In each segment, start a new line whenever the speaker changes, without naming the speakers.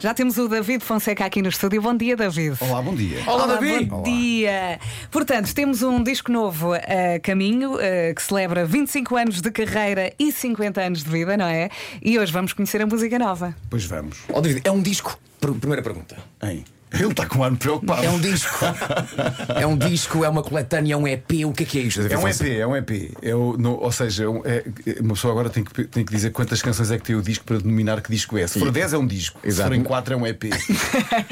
Já temos o David Fonseca aqui no estúdio. Bom dia, David.
Olá, bom dia.
Olá, David.
Bom
Olá.
dia. Portanto, temos um disco novo a caminho eh, que celebra 25 anos de carreira e 50 anos de vida, não é? E hoje vamos conhecer a música nova.
Pois vamos.
Ó David, é um disco? Pr- Primeira pergunta.
Hein? Ele está com um ano preocupado.
É um disco. é um disco, é uma coletânea, é um EP. O que é que é isto, David?
É um EP,
Fonseca?
é um EP. É o- não- ou seja, é um- é- é- uma pessoa agora tem que, tem que dizer quantas canções é que tem o disco para denominar que disco é. Se for 10 é um disco, se
Exato.
forem 4 é um EP.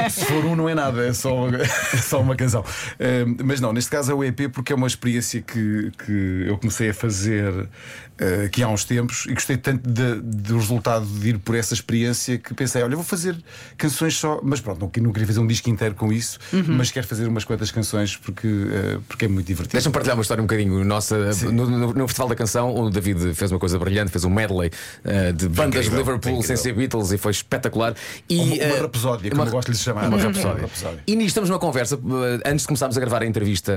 se for um não é nada, é só, é só uma canção. Ahm, mas não, neste caso é o EP porque é uma experiência que, que eu comecei a fazer ah, aqui há uns tempos e gostei tanto da- do resultado de ir por essa experiência que pensei, olha, vou fazer canções só, mas pronto, não, não queria fazer um disco inteiro com isso, mas quero fazer umas quantas canções porque, ah, porque é muito divertido.
Deixa-me partilhar uma história um bocadinho nossa. No, no- no Festival da Canção, onde o David fez uma coisa brilhante, fez um medley eh, de bandas de
Incrível,
Liverpool sem
incrível.
ser Beatles e foi espetacular. E,
Uma-
eh,
uma rapsódia, como eu gosto de lhe chamar.
Uma
Uhum.
rapsódia.
Uma rapsódia.
E nisto estamos numa conversa, eh, antes de começarmos a gravar a entrevista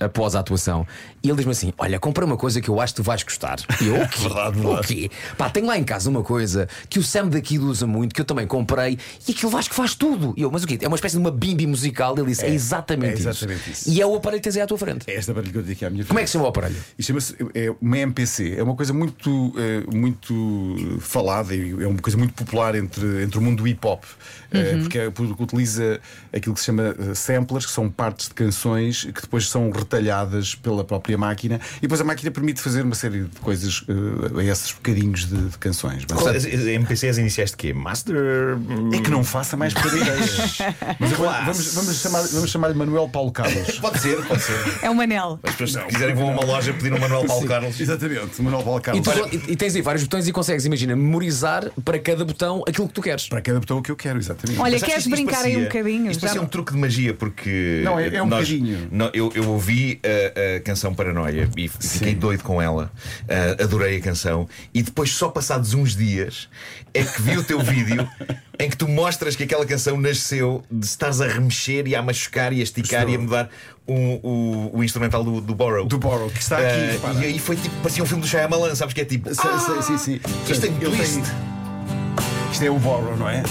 eh, após a atuação, e ele diz-me assim: Olha, comprei uma coisa que eu acho que tu vais gostar. E eu, o quê?
Verdade,
O
verdade.
quê? Pá, tenho lá em casa uma coisa que o Sam daqui usa muito, que eu também comprei, e aquilo acho que faz tudo. E eu, mas o quê? É uma espécie de uma bimbi musical. Ele disse: É, exatamente,
é exatamente isso."
E é o aparelho que tens aí à tua frente.
É este aparelho que eu tenho aqui à minha
Como é
frente.
que se chama o aparelho?
E chama-se é uma MPC, é uma coisa muito, eh, muito falada e é uma coisa muito popular entre, entre o mundo do hip hop, eh,
Uhum.
porque é- porque utiliza aquilo que se chama eh, samplers, que são partes de canções que depois são retalhadas pela própria máquina, e depois a máquina permite fazer uma série de coisas eh, a esses bocadinhos de, de canções. Mas-
Qual- as- as MPCs iniciais de quê? Master. hum,
é que não faça mais ideias. Mas eu vou- vamos, vamos chamar- vamos chamar-lhe Manuel Paulo Carlos.
Pode ser, pode ser.
É um anel.
As pessoas que quiserem vão a uma loja pedir um Manuel Paulo Carlos.
Exatamente, Manuel Paulo
E,
Carlos.
tu- e- e tens aí vários botões e consegues, imagina, memorizar para cada botão aquilo que tu queres.
Para cada botão o que eu quero, exatamente.
Olha,
Mas sabes que
queres
isto- isto
brincar aí um
parecia-
bocadinho?
Isto
Já-
é um truque de magia, porque.
Não, é- é um
nós-
bocadinho.
não, eu, eu ouvi a, a canção Paranoia e f- fiquei doido com ela. Ah, adorei a canção. E depois, só passados uns dias, é que vi o teu vídeo em que tu mostras que aquela canção nasceu de estares a remexer e a machucar e a esticar e a mudar o, o- o instrumental do, do Borrow.
Do Borrow, que está Tá aqui,
Ah,
repara.
e aí foi tipo, parecia um filme do Shyamalan, sabes que é tipo.
Sim, sim, sim, sim.
Isto tem
Portanto, ele
twist.
Isto é o borrow, não é?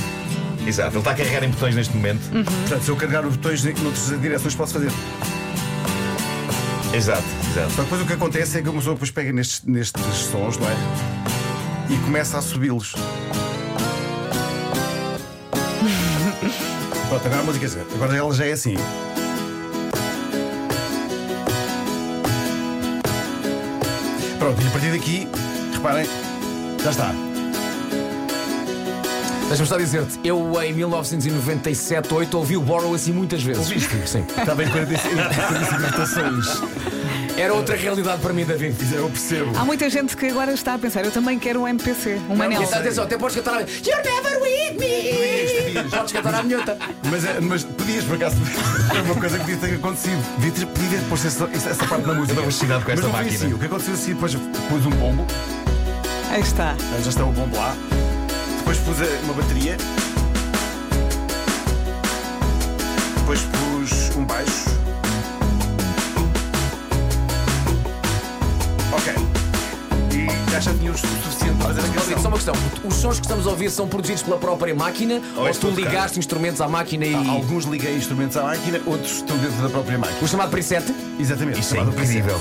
Exato, ele está a carregar em botões neste momento.
Portanto, se eu carregar os botões em outras direções, posso fazer.
Exato, exato.
Só que depois o que acontece é que a pessoa depois pega nestes, nestes sons, não é? E começa a subi-los. Pronto, agora a música é assim. Agora ela já é assim. Pronto, e a partir daqui, reparem, já está.
Deixa-me só dizer-te, eu em 1997, 8 ouvi o Borrow assim muitas vezes. Ouviste? Sim.
Estava em 45 rotações.
Era outra realidade para mim, David.
Eu percebo.
Há muita gente que agora está a pensar, eu também quero um MPC, um anel.
Então, atenção, até podes cantar a You're never with me! Podes cantar a minhota.
Mas, é- mas podias, por acaso, é uma coisa que podia ter acontecido. Devia ter, podia ter posto essa, essa- essa parte da música.
Eu dou velocidade com
Mas
esta
não foi
máquina.
assim. O que aconteceu assim, depois pus um bombo,
Aí está.
ah, já está o bombo lá. Depois pus eh, uma bateria. Depois pus um baixo. Ok. E já já tinha o suficiente para fazer a
David, só
canção.
uma questão: os sons que estamos a ouvir são produzidos pela própria máquina ou,
és
tu
tu, cara?
ligaste instrumentos à máquina e.
Alguns liguei instrumentos à máquina, outros estão dentro da própria máquina.
O chamado preset?
Exatamente.
Isso é
chamado
incrível.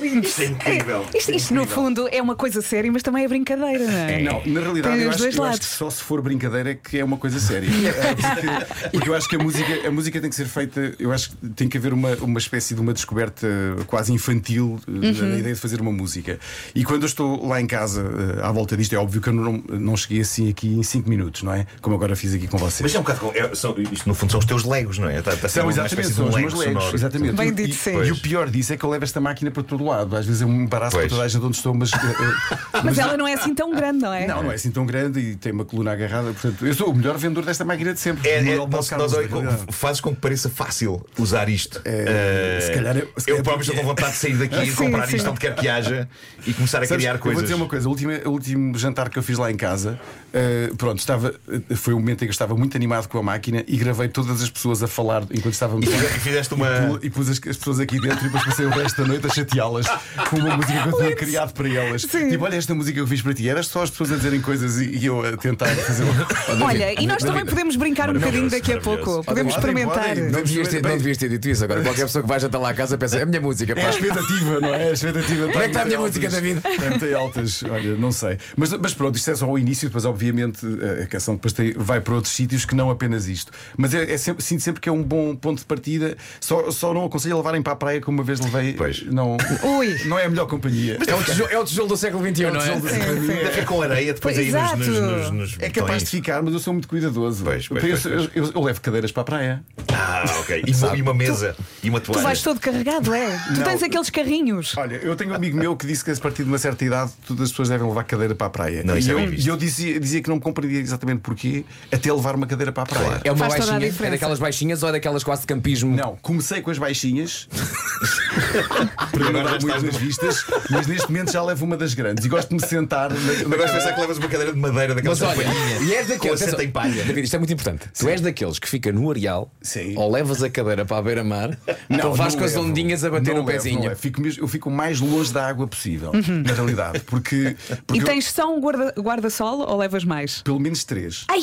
Isto
é incrível.
Isto, isto, no fundo é uma coisa séria, mas também é brincadeira, não é?
Não, na realidade,
Tem
eu
os
acho,
dois
eu acho
lados.
que só se for brincadeira é que é uma coisa séria. É, porque, porque eu acho que a música, a música tem que ser feita, eu acho que tem que haver uma, uma espécie de uma descoberta quase infantil eh,
Uhum.
na ideia de fazer uma música. E quando eu estou lá em casa eh, à volta disto, é óbvio que eu não, não cheguei assim aqui em 5 minutos, não é? Como agora fiz aqui com vocês.
Mas é um bocado. com- é- são, isto no fundo são os teus legos, não é? Está, está a ser
São
uma
exatamente,
espécie de
são
um
os
lego
meus legos.
sonoro.
Exatamente.
Bem
E-
dito
e,
seja.
e o pior disso é que eu levo esta máquina para todo lado. Às vezes é um embaraço
Pois.
para toda a gente onde estou, mas. eh, eh,
Mas ela não é assim tão grande, não é?
Não, não é assim tão grande e tem uma coluna agarrada. Portanto, eu sou o melhor vendedor desta máquina de sempre.
É, é,
Manuel Paulo
nós,
Carlos,
nós,
na realidade.
fazes com que pareça fácil usar isto.
É,
Eh,
se calhar eu- se
eu
calhar-
próprio estou com vontade de sair daqui e
Sim,
comprar
sim.
isto onde quer que haja e começar a
Sabes,
criar
Eu vou
coisas.
dizer uma coisa: o último, o último jantar que eu fiz lá em casa, eh, pronto, estava, eh, foi um momento em que eu estava muito animado com a máquina e gravei todas as pessoas a falar enquanto estávamos.
E é fizeste uma.
E pus as, as pessoas aqui dentro e depois passei o resto da noite a chateá-las. com uma música que eu tinha criado para elas.
Sim.
Tipo, olha esta música que eu fiz para ti. Eras só as pessoas a dizerem coisas e, e eu a tentar fazer uma.
Olha, e nós também podemos brincar um bocadinho daqui a
maravilhoso.
pouco.
Podem,
Podemos
podem,
experimentar.
podem.
Não devias, ter, não devias ter dito isso agora. Qualquer pessoa que vai jantar lá a casa pensa: é a minha música,
É a
pá.
expectativa, não é? A expectativa
Como é que está a minha
muito
música,
altas. É muito altas, olha, não sei. Mas, mas pronto, isto é só o início, depois, obviamente, a canção depois tem- vai para outros sítios que não apenas isto. Mas é, é sempre- sinto sempre que é um bom ponto de partida. Só, só não aconselho a levarem para a praia como uma vez levei.
Pois.
Não,
Ui.
não é a melhor companhia.
É o, tijolo, é o tijolo do século XXI, não é?
Ainda fica com areia depois aí nos,
Exato.
nos, nos, nos
É capaz de
botões.
ficar, mas eu sou muito cuidadoso.
Pois, pois,
eu,
pois, pois.
eu- eu levo cadeiras para a praia.
Ah, ok. E uma, e uma mesa e uma
Tu
toalha.
vais todo carregado, é? Tu
Não.
tens aqueles carrinhos.
Olha, eu tenho um amigo meu que disse que a partir de uma certa idade todas as pessoas devem levar cadeira para a praia.
Não,
e
isso é
eu,
bem visto.
e eu dizia, dizia que não compreendia exatamente porquê até levar uma cadeira para a praia.
É uma
Faz toda a
baixinha? É
diferença.
daquelas baixinhas ou é daquelas quase de campismo?
Não, comecei com as baixinhas para não dar
Agora já estás
muito nas
numa-
vistas, mas neste momento já levo uma das grandes e gosto de me sentar. Na, na-
Agora pensar que levas uma cadeira de madeira
é
daquela
Mas olha, e és
com
daqueles.
assento em palha.
David, isto é muito importante. Tu és daqueles que fica no areal
Sim.
ou levas a cadeira para a beira-mar ou vais com as
levo.
ondinhas a bater
Não
no
levo, não
pezinho.
levo. Fico mesmo- eu fico o mais longe da água possível, na realidade, porque,
E
porque eu-
tens só um guarda- guarda-sol ou levas mais?
pelo menos três.
Ai!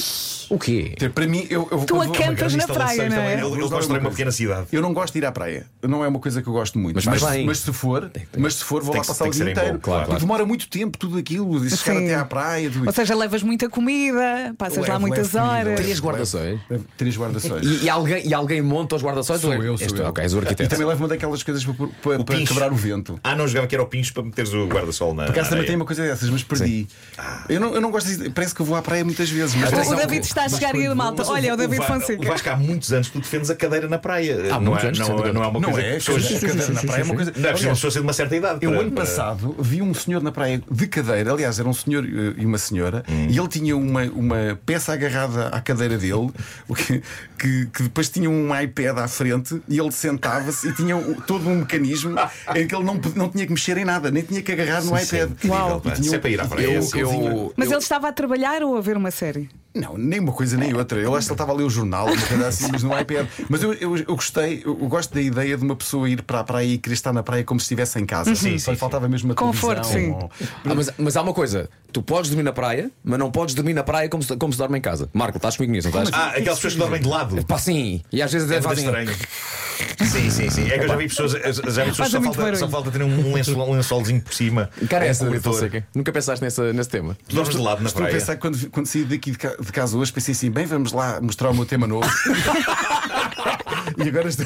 O quê?
Ter- Para mim, eu, eu
Tu
eu-
acampas na praia, não é?
Ele, ele constrói uma pequena cidade.
Eu não gosto de ir à praia. Não é uma coisa que eu gosto muito.
Mas vai bem.
mas se for, mas se for, vou
Tem
lá
que-
passar
tem
o
que
dia
ser em bom,
inteiro.
claro,
Porque
claro.
Demora muito tempo tudo aquilo, de chegar
Sim.
até à praia. Tudo
Ou
isso.
seja, levas muita comida, passas
Levo,
lá muitas
levo comida,
horas.
Três
levo,
guarda-sóis?
levo. Três guarda-sóis.
E, e alguém, e alguém monta os guarda-sóis?
Sou
ou é-
eu, sou
és tu?
eu.
Ok, és o
E
arquiteto.
também é levo uma daquelas coisas para, para- para
pincho.
quebrar o vento.
Ah, é. não jogava que era o pincho para meteres o guarda-sol na.
Por acaso
na
também tem
areia.
uma coisa dessas, mas perdi.
Ah.
Eu, não, eu não gosto de. Parece que eu vou à praia muitas vezes. Mas
O- O
Atenção,
David está a chegar e a malta.
Mas
é
Olha, o David
Va- O
Fonseca.
Vasco, há muitos anos tu defendes a cadeira na praia.
Há
não,
muitos
é,
anos,
não,
sem
é- não é uma
não
coisa
é?
que pessoas.
Sim, sim, sim, na praia é uma coisa.
Não é preciso uma
Aliás,
pessoa ser de uma certa idade.
Eu,
para-
ano
para-
passado, vi um senhor na praia de cadeira. Aliás, era um senhor eh, e uma senhora, e ele tinha uma, uma peça agarrada à cadeira dele, o que, que, que depois tinha um iPad à frente, e ele sentava-se e tinha o- todo um mecanismo em que ele não, pod- não tinha que mexer em nada, nem tinha que agarrar no iPad.
Uau.
E
pá.
tinha
Se
um-
é para ir à praia.
Eu-
esse-
Eu,
Mas
eu-
ele estava a trabalhar ou a ver uma série?
Não, nem uma coisa nem outra. Eu acho que ele estava a ler o jornal, uma coisa assim, mas no iPad. Mas eu, eu, eu gostei, eu gosto da ideia de uma pessoa ir para a praia e querer estar na praia como se estivesse em casa.
Uhum. Sim,
Só
sim,
lhe faltava mesmo a
Conforto,
televisão,
sim.
ou-
Ah, mas, mas há uma coisa: tu podes dormir na praia, mas não podes dormir na praia como se, como se dorme em casa. Marco, estás comigo nisso, não estás? Ah,
Ah, aquelas pessoas que dormem de lado.
Pá, sim. E às vezes
É
até
muito
fazem.
estranho. Sim, sim, sim. É que eu já vi pessoas. Já vi pessoas que só
Fazem muito
falta,
barulho.
só falta ter um, lenço, um lençolzinho por cima.
Cara,
um
é essa David
cobertor.
Fonseca. Nunca pensaste nessa, nesse tema?
Tu dormes de lado na
Estou a
praia.
pensar que quando, quando saí daqui de ca- de casa hoje, pensei assim: bem, vamos lá mostrar o meu tema novo. e agora estou,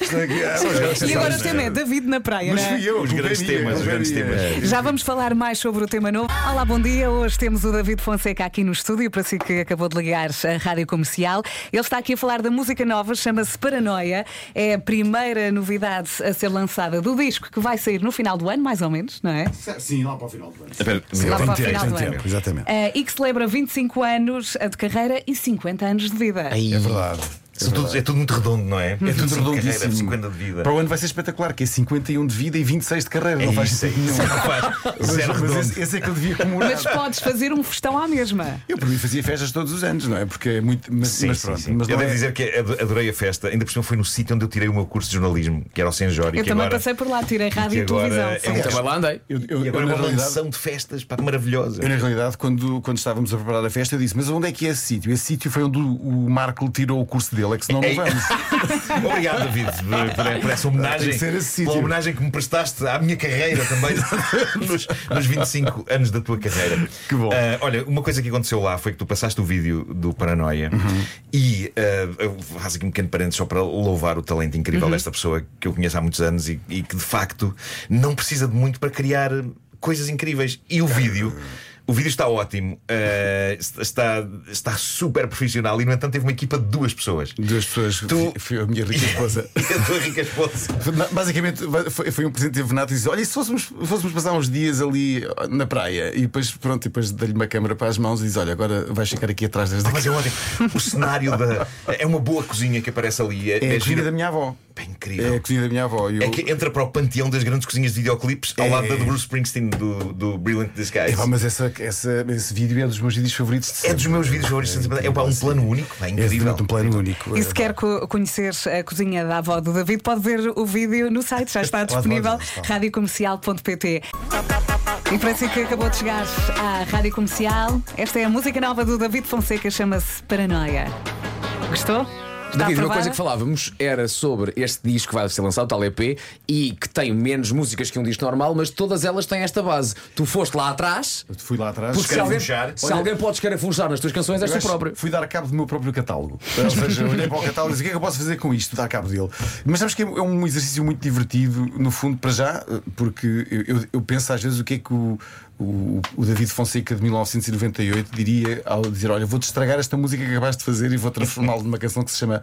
estou aqui. ah, mas-
E agora o tema é David na praia,
Mas
não é?
fui eu,
Os grandes
culpa é minha,
temas, os
culpa é
grandes
minha.
temas.
Já vamos falar mais sobre o tema novo. Olá, bom dia. Hoje temos o David Fonseca aqui no estúdio, para si que acabou de ligar a rádio comercial. Ele está aqui a falar da música nova, chama-se Paranoia. É a primeira novidade a ser lançada do disco que vai sair no final do ano, mais ou menos, não é?
Sim, lá para o final do ano.
Espera,
Lá
tem
para o
tempo,
final
tem
do ano.
tempo.
exatamente.
Eh, e que celebra 25 anos eh, de carreira e 50 anos de vida.
É verdade.
São todos- É tudo muito redondo, não é?
É tudo
Cinco carreiras,
redondíssimo.
50 de vida.
Para o ano vai ser espetacular, que é 51 de vida e 26 de carreira.
É
não faz
isso, é
sentido
isso.
nenhum.
Não faz.
Mas-
Zero
mas
redondo.
esse, esse é que eu devia
Mas
comemorar.
podes fazer um festão à mesma.
Eu por mim fazia festas todos os anos, não é? Porque é muito. Mas,
Sim,
mas
sim,
pronto.
sim.
Mas
eu
não
devo
é-
dizer que ad- adorei a festa. Ainda por cima foi no sítio onde eu tirei o meu curso de jornalismo, que era o Senjor.
Eu também passei por lá, tirei rádio e
que agora
televisão.
é
Sim.
um-
Também lá andei.
Eu, eu,
E agora é
eu, na
uma
realidade,
mansão de festas pá, maravilhosa.
Eu, na realidade, quando, quando estávamos a preparar a festa, eu disse: Mas onde é que é esse sítio? Esse sítio foi onde o- o Marco tirou o curso dele, é que senão não
Ei.
vamos.
Obrigado, David, por- por, por essa homenagem.
Tem que ser esse
pela
sítio.
homenagem que me prestaste à minha carreira também nos, nos 25 anos da tua carreira.
Que bom.
Ah, olha, uma coisa que aconteceu lá foi que tu passaste o vídeo do Paranoia
Uhum.
e ah, eu faço aqui um pequeno parênteses só para louvar o talento incrível
Uhum.
desta pessoa que eu conheço há muitos anos e, e que de facto não precisa de muito para criar coisas incríveis. E o vídeo. O vídeo está ótimo, ah, está, está super profissional e, no entanto, teve uma equipa de duas pessoas.
Duas pessoas.
Tu-
Foi a minha rica esposa.
E a tua rica esposa.
Ba- Basicamente foi, foi um presente de Venato e disse: Olha, e se fôssemos, fôssemos passar uns dias ali na praia, e depois, pronto, e depois dei-lhe uma câmera para as mãos e diz: Olha, agora vais ficar aqui atrás
Ah,
desta
mas é ótimo. O cenário da. É uma boa cozinha que aparece ali.
É a
gira-
cozinha da minha avó.
Pá, incrível.
É a cozinha da minha avó. e eu-
É que entra para o panteão das grandes cozinhas de videoclipes ao
É.
lado da do Bruce Springsteen do, do Brilliant Disguise.
Epá, mas essa, essa- esse vídeo é dos meus vídeos favoritos de
É
sempre.
dos meus vídeos favoritos. É, pá, um plano único, pá,
É
incrível.
de um plano único.
E se quer co- conhecer a cozinha da avó do David, pode ver o vídeo no site, já está
Pode,
disponível,
pode, já está.
radiocomercial.pt. E para si que acabou de chegar à Rádio Comercial, esta é a música nova do David Fonseca, chama-se Paranoia. Gostou? Está
David, uma
aprovada?
coisa que falávamos era sobre este disco que vai ser lançado, o tal EP, e que tem menos músicas que um disco normal, mas todas elas têm esta base. Tu foste lá atrás,
Eu fui lá atrás.
porque se alguém,
Escarafunchar.
se
Olha-
alguém pode escarafunchar nas tuas canções, és
Eu
tu
acho-
próprio.
Fui dar cabo do meu próprio catálogo. Ou seja, eu olhei para o catálogo e disse: o que é que eu posso fazer com isto? Dar cabo dele. Mas sabes que é um exercício muito divertido, no fundo, para já, porque eu, eu- eu penso às vezes o que é que o, o, o David Fonseca de 1998 diria ao dizer: Olha, vou-te estragar esta música que acabaste de fazer e vou transformá-la numa canção que se chama.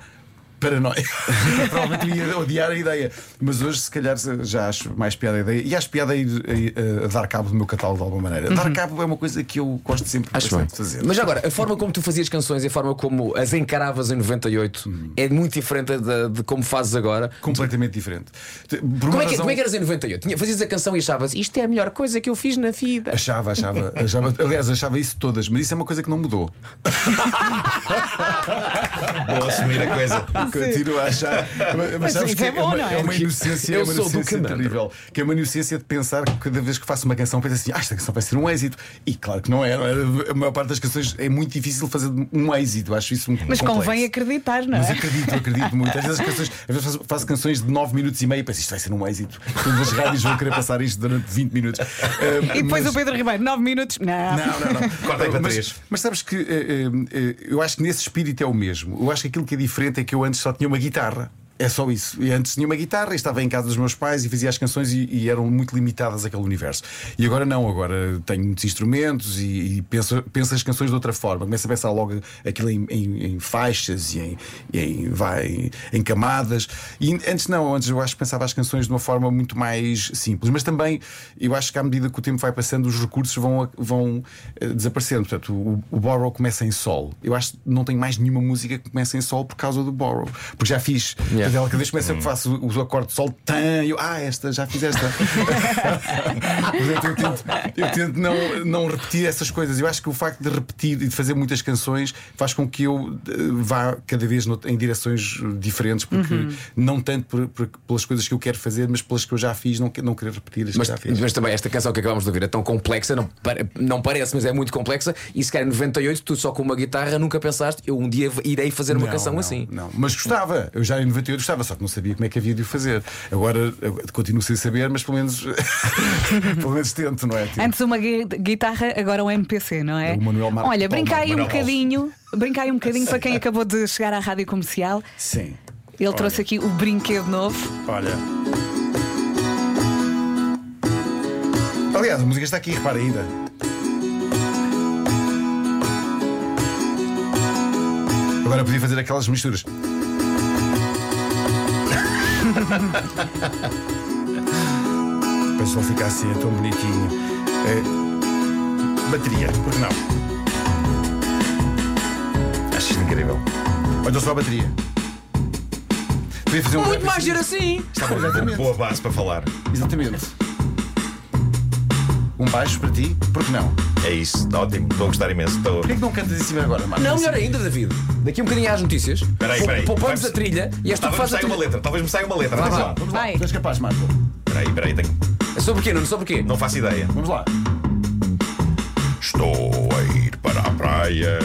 Paranoia. Provavelmente eu ia odiar a ideia. Mas hoje, se calhar, já acho mais piada a ideia. E acho piada a, ir- a- a dar cabo do meu catálogo de alguma maneira. Dar cabo é uma coisa que eu gosto sempre
Uhum. Acho
bastante
bem.
de fazer.
Mas agora, a forma como tu fazias canções e a forma como as encaravas em 98
Hum.
é muito diferente da- de, como fazes agora.
completamente diferente. Te- Por uma
Como é, que,
razão-
como é que eras em 98? Tinha- fazias a canção e achavas isto é a melhor coisa que eu fiz na vida.
Achava, achava, achava, aliás, achava isso todas, mas isso é uma coisa que não mudou.
Vou assumir a coisa.
Continuo a achar. Mas, mas sabes
isso
que
é bom,
uma,
não é?
uma inocência,
Eu
é uma
sou do
inocência
Camandro.
terrível. Que é uma inocência de pensar que cada vez que faço uma canção, penso assim, ah, esta canção vai ser um êxito. E claro que não é, não é? A maior parte das canções é muito difícil fazer um êxito, acho isso um
Mas
complexo.
convém acreditar, não
Mas
é?
acredito, acredito muito. Às vezes, as canções, às vezes faço, faço canções de 9 minutos e meio e penso isto vai ser um êxito. Todas as rádios vão querer passar isto durante 20 minutos. Ah,
E depois o
mas-
Pedro Ribeiro, 9 minutos. Não.
Não, não, não.
Corta aí para
mas,
três.
mas sabes que eh, eh, eh, eu acho que nesse espírito é o mesmo. Eu acho que aquilo que é diferente é que eu antes só tinha uma guitarra. É só isso. E antes tinha uma guitarra e estava em casa dos meus pais e fazia as canções e, e eram muito limitadas àquele universo. E agora não, agora tenho muitos instrumentos e, e penso, penso as canções de outra forma. Começo a pensar logo aquilo em, em- em faixas e em, e em, vai, em, em camadas. E antes não, antes eu acho que pensava as canções de uma forma muito mais simples. Mas também eu acho que à medida que o tempo vai passando, os recursos vão, vão eh, desaparecendo. Portanto, o, o Borrow começa em sol. Eu acho que não tenho mais nenhuma música que comece em sol por causa do Borrow. Porque já fiz. Portanto, ela cada vez começa que faço o- o acorde de sol, tan, eu, ah, esta, já fiz esta. Portanto, é eu tento, eu tento não, não repetir essas coisas. Eu acho que o facto de repetir e de fazer muitas canções faz com que eu eh, vá cada vez no- em direções eh, diferentes, porque não tanto por- por- pelas coisas que eu quero fazer, mas pelas que eu já fiz, não, que- não querer repetir as
Mas,
que já fiz.
mas também esta canção que acabamos de ouvir é tão complexa, não, pare- não parece, mas é muito complexa. E se calhar em 98, tu só com uma guitarra nunca pensaste, eu um dia v- irei fazer uma
Não,
canção
não,
assim.
Não, mas gostava. Eu já em 98 gostava, só que não sabia como é que havia de o fazer. Agora eu continuo sem saber, mas pelo menos, pelo menos tento, não é? Tento.
Antes uma gui- guitarra, agora um MPC, não é?
O Manuel Mar-
Olha, brinca aí um
Manuel Alves.
bocadinho, brinca aí um bocadinho para quem acabou de chegar à rádio comercial.
Sim.
Ele trouxe aqui o brinquedo novo.
Olha. Aliás, a música está aqui, repara ainda. Agora podia fazer aquelas misturas. Depois ele fica assim, é tão bonitinho. É, Bateria, porque não?
Acho isto incrível.
Olha só a bateria. Podia fazer um
Muito mais giro assim!
Está uma boa, boa base para falar.
Exatamente. Um baixo para ti, porque não?
É isso, ótimo. Estou a gostar imenso. Estou.
Porquê que não cantas em cima agora, Marcos?
Não, melhor ainda, David. Daqui um bocadinho às notícias.
Peraí, peraí.
Poupamos
Vai-me-
a trilha e és tu que
Talvez me
fazes a
saia uma
trilha.
letra, talvez me saia uma letra.
Vai,
atenção.
vai.
Vamos lá,
Vai.
tu és capaz, Marco.
Peraí, peraí, tenho-
É Sobre o quê, Nuno? Sobre o quê?
Não faço ideia.
Vamos lá.
Estou a ir para a praia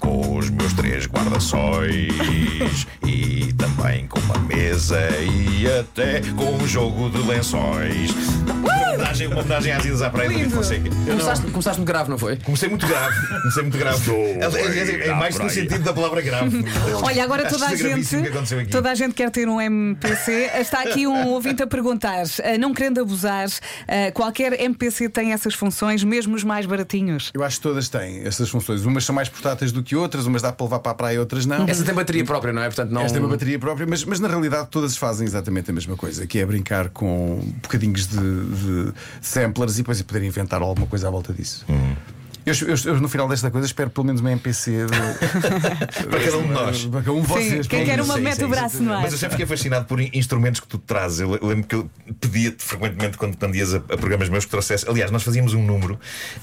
com os meus três guarda-sóis e também com uma mesa e até com um jogo de lençóis. Uma homenagem, uma homenagem às idas à praia do Rio Fonseca.
Começaste, começaste muito grave, não foi?
Comecei muito grave, comecei muito grave. É, é- é- é mais no sentido da palavra grave.
Olha, agora
Acho
toda a
gravíssimo o que aconteceu
gente
aqui.
toda a gente quer ter um MPC. Está aqui um ouvinte a perguntar, eh, não querendo abusar, eh, qualquer MPC tem essas funções, mesmo os mais baratinhos.
Eu acho que todas têm essas funções. Umas são mais portáteis do que outras, umas dá para levar para a praia, outras não.
Essa tem bateria própria, não é? Portanto, não.
Esta é uma bateria própria, mas, mas na realidade todas fazem exatamente a mesma coisa, que é brincar com bocadinhos de, de samplers e depois poder inventar alguma coisa à volta disso. Eu, eu- eu, no final desta coisa espero pelo menos uma MPC de-
Para cada um de nós.
Para cada um de vocês.
quem
pelo
quer
menos.
uma
Sim,
mete
sim,
o braço é?
sim.
no ar.
é Mas eu sempre fiquei fascinado por in- instrumentos que tu trazes. Eu le- lembro que eu pedia-te frequentemente quando, quando ias a, a programas meus que trouxesse. Aliás, nós fazíamos um número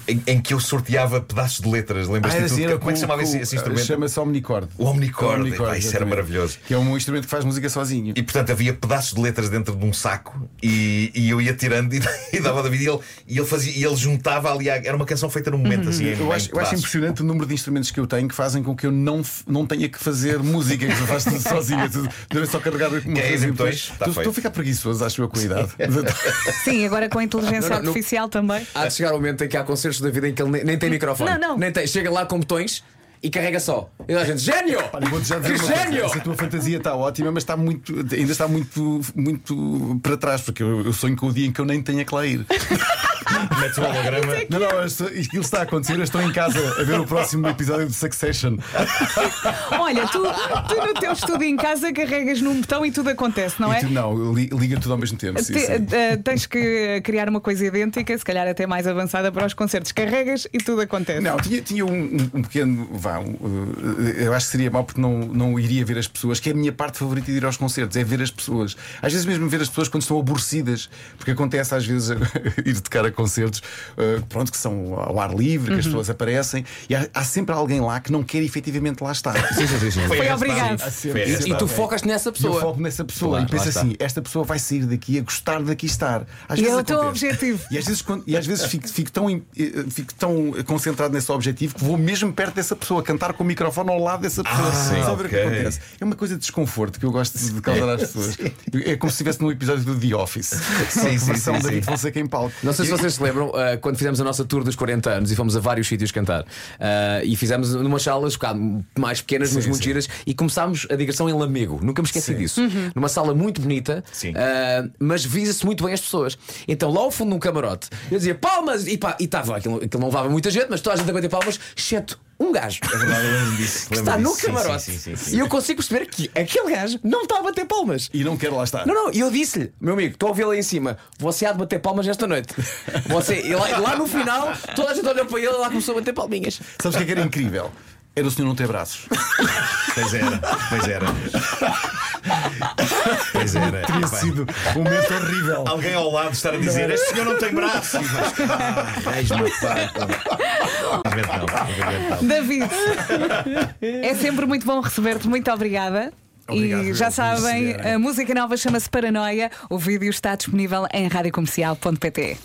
em, em que eu sorteava pedaços de letras. Lembras-te
Ah,
de
assim,
tudo?
era
Como é que
com-
chamava esse,
com-
esse instrumento?
Chama-se Omnicord.
O Omnicord. Pá, isso era
exatamente.
maravilhoso.
Que é um instrumento que faz música sozinho.
E portanto havia pedaços de letras dentro de um saco e, e eu ia tirando e, e dava ao David e ele, e ele fazia e ele juntava ali à- era uma canção feita num momento assim. em-
Uhum. Eu
em
acho, eu acho
pedaços.
impressionante o número de instrumentos que eu tenho que fazem com que eu não, f- não tenha que fazer música, que eu faço tudo sozinho. é tudo- Deve só carregar com uma
É,
coisa e depois-
exemplos, tá
Tu-
feito.
Estou a ficar preguiçoso, acho eu, com a idade.
Sim, agora com a inteligência
Não, não, não.
artificial também.
Há de chegar o momento em que há concertos da vida em que ele nem, nem tem microfone.
Não, não.
Nem tem, chega lá com botões e carrega só. E a gente, gênio!
Olha, vou-te já dizer
que
uma coisa.
gênio!
Essa tua fantasia está ótima, mas está muito, ainda está muito, muito para trás, porque eu, eu sonho com o dia em que eu nem tenha que lá ir.
Metes o holograma.
Não, não, eu estou- aquilo está a acontecer, eu estou em casa a ver o próximo episódio de Succession.
Olha, tu, tu no teu estudo em casa carregas num botão e tudo acontece, não
E
é?
tu, não, li- liga tudo ao mesmo tempo. sim,
Te-
sim.
eh, tens que criar uma coisa idêntica, se calhar até mais avançada para os concertos. Carregas e tudo acontece.
Não, tinha, tinha um, um- um pequeno. Vá, um, uh, eu acho que seria mau porque não, não iria ver as pessoas, que é a minha parte favorita de ir aos concertos, é ver as pessoas. Às vezes mesmo ver as pessoas quando estão aborrecidas, porque acontece às vezes ir tocar a concertos, uh, pronto, que são ao ar livre, que
Uhum.
as pessoas aparecem, e há, há sempre alguém lá que não quer efetivamente lá estar.
Foi
é Foi
arrastado.
obrigado.
Sim,
Sim.
foi
E- e
E tu
arrastado.
focas
E
nessa
eu
pessoa.
foco nessa pessoa
Claro,
e penso
lá está.
assim: esta pessoa vai sair daqui a gostar daqui estar. Às
E
vezes
é o teu
acontece.
objetivo.
E às vezes, quando- e às vezes fico, fico tão, em- eh, fico tão concentrado nesse objetivo que vou mesmo perto dessa pessoa, cantar com o microfone ao lado dessa pessoa,
sim,
só ver o que
Ah, ok.
acontece. É uma coisa de desconforto que eu gosto de causar às pessoas. É como se estivesse num episódio do The Office. Só que
sim,
versão
sim,
David
sim.
Fonseca em palco.
Não sei se vocês se lembram, ah, quando fizemos a nossa tour dos 40 anos e fomos a vários sítios cantar. Ah, e fizemos numas salas um bocado mais pequenas, mas muito giras, e começámos a digressão em Lamego. Nunca me esqueci disso. Numa sala muito bonita,
Sim.
ah, mas visa-se muito bem as pessoas. Então, lá ao fundo de um camarote, eu dizia palmas, e pá, e estava, aquilo, aquilo não levava muita gente, mas toda a gente a bater palmas, exceto um gajo.
É verdade, eu lembro disso.
Que
lembro
está no
disso. Sim,
camarote.
sim, sim, sim, sim.
E eu consigo perceber que aquele gajo não está a bater palmas.
E não quero lá estar.
Não, não, e eu disse-lhe, meu amigo, estou a ouvi-lo lá em cima, você há de bater palmas esta noite. Você, e lá, lá no final, toda a gente olhou para ele e lá começou a bater palminhas.
Sabes o que é que era incrível? Era o senhor não ter braços.
Pois era, pois era. Pois era.
Tinha
Epá.
sido um momento horrível.
Alguém ao lado estar a dizer: Este senhor não tem braços. E nós, "Ah, Reis-me, pá. Obviamente não, obviamente não.
David, é sempre muito bom receber-te. Muito obrigada.
Obrigado,
e
eu,
já
por
sabem,
serem.
a música nova chama-se Paranoia. O vídeo está disponível em radiocomercial.pt.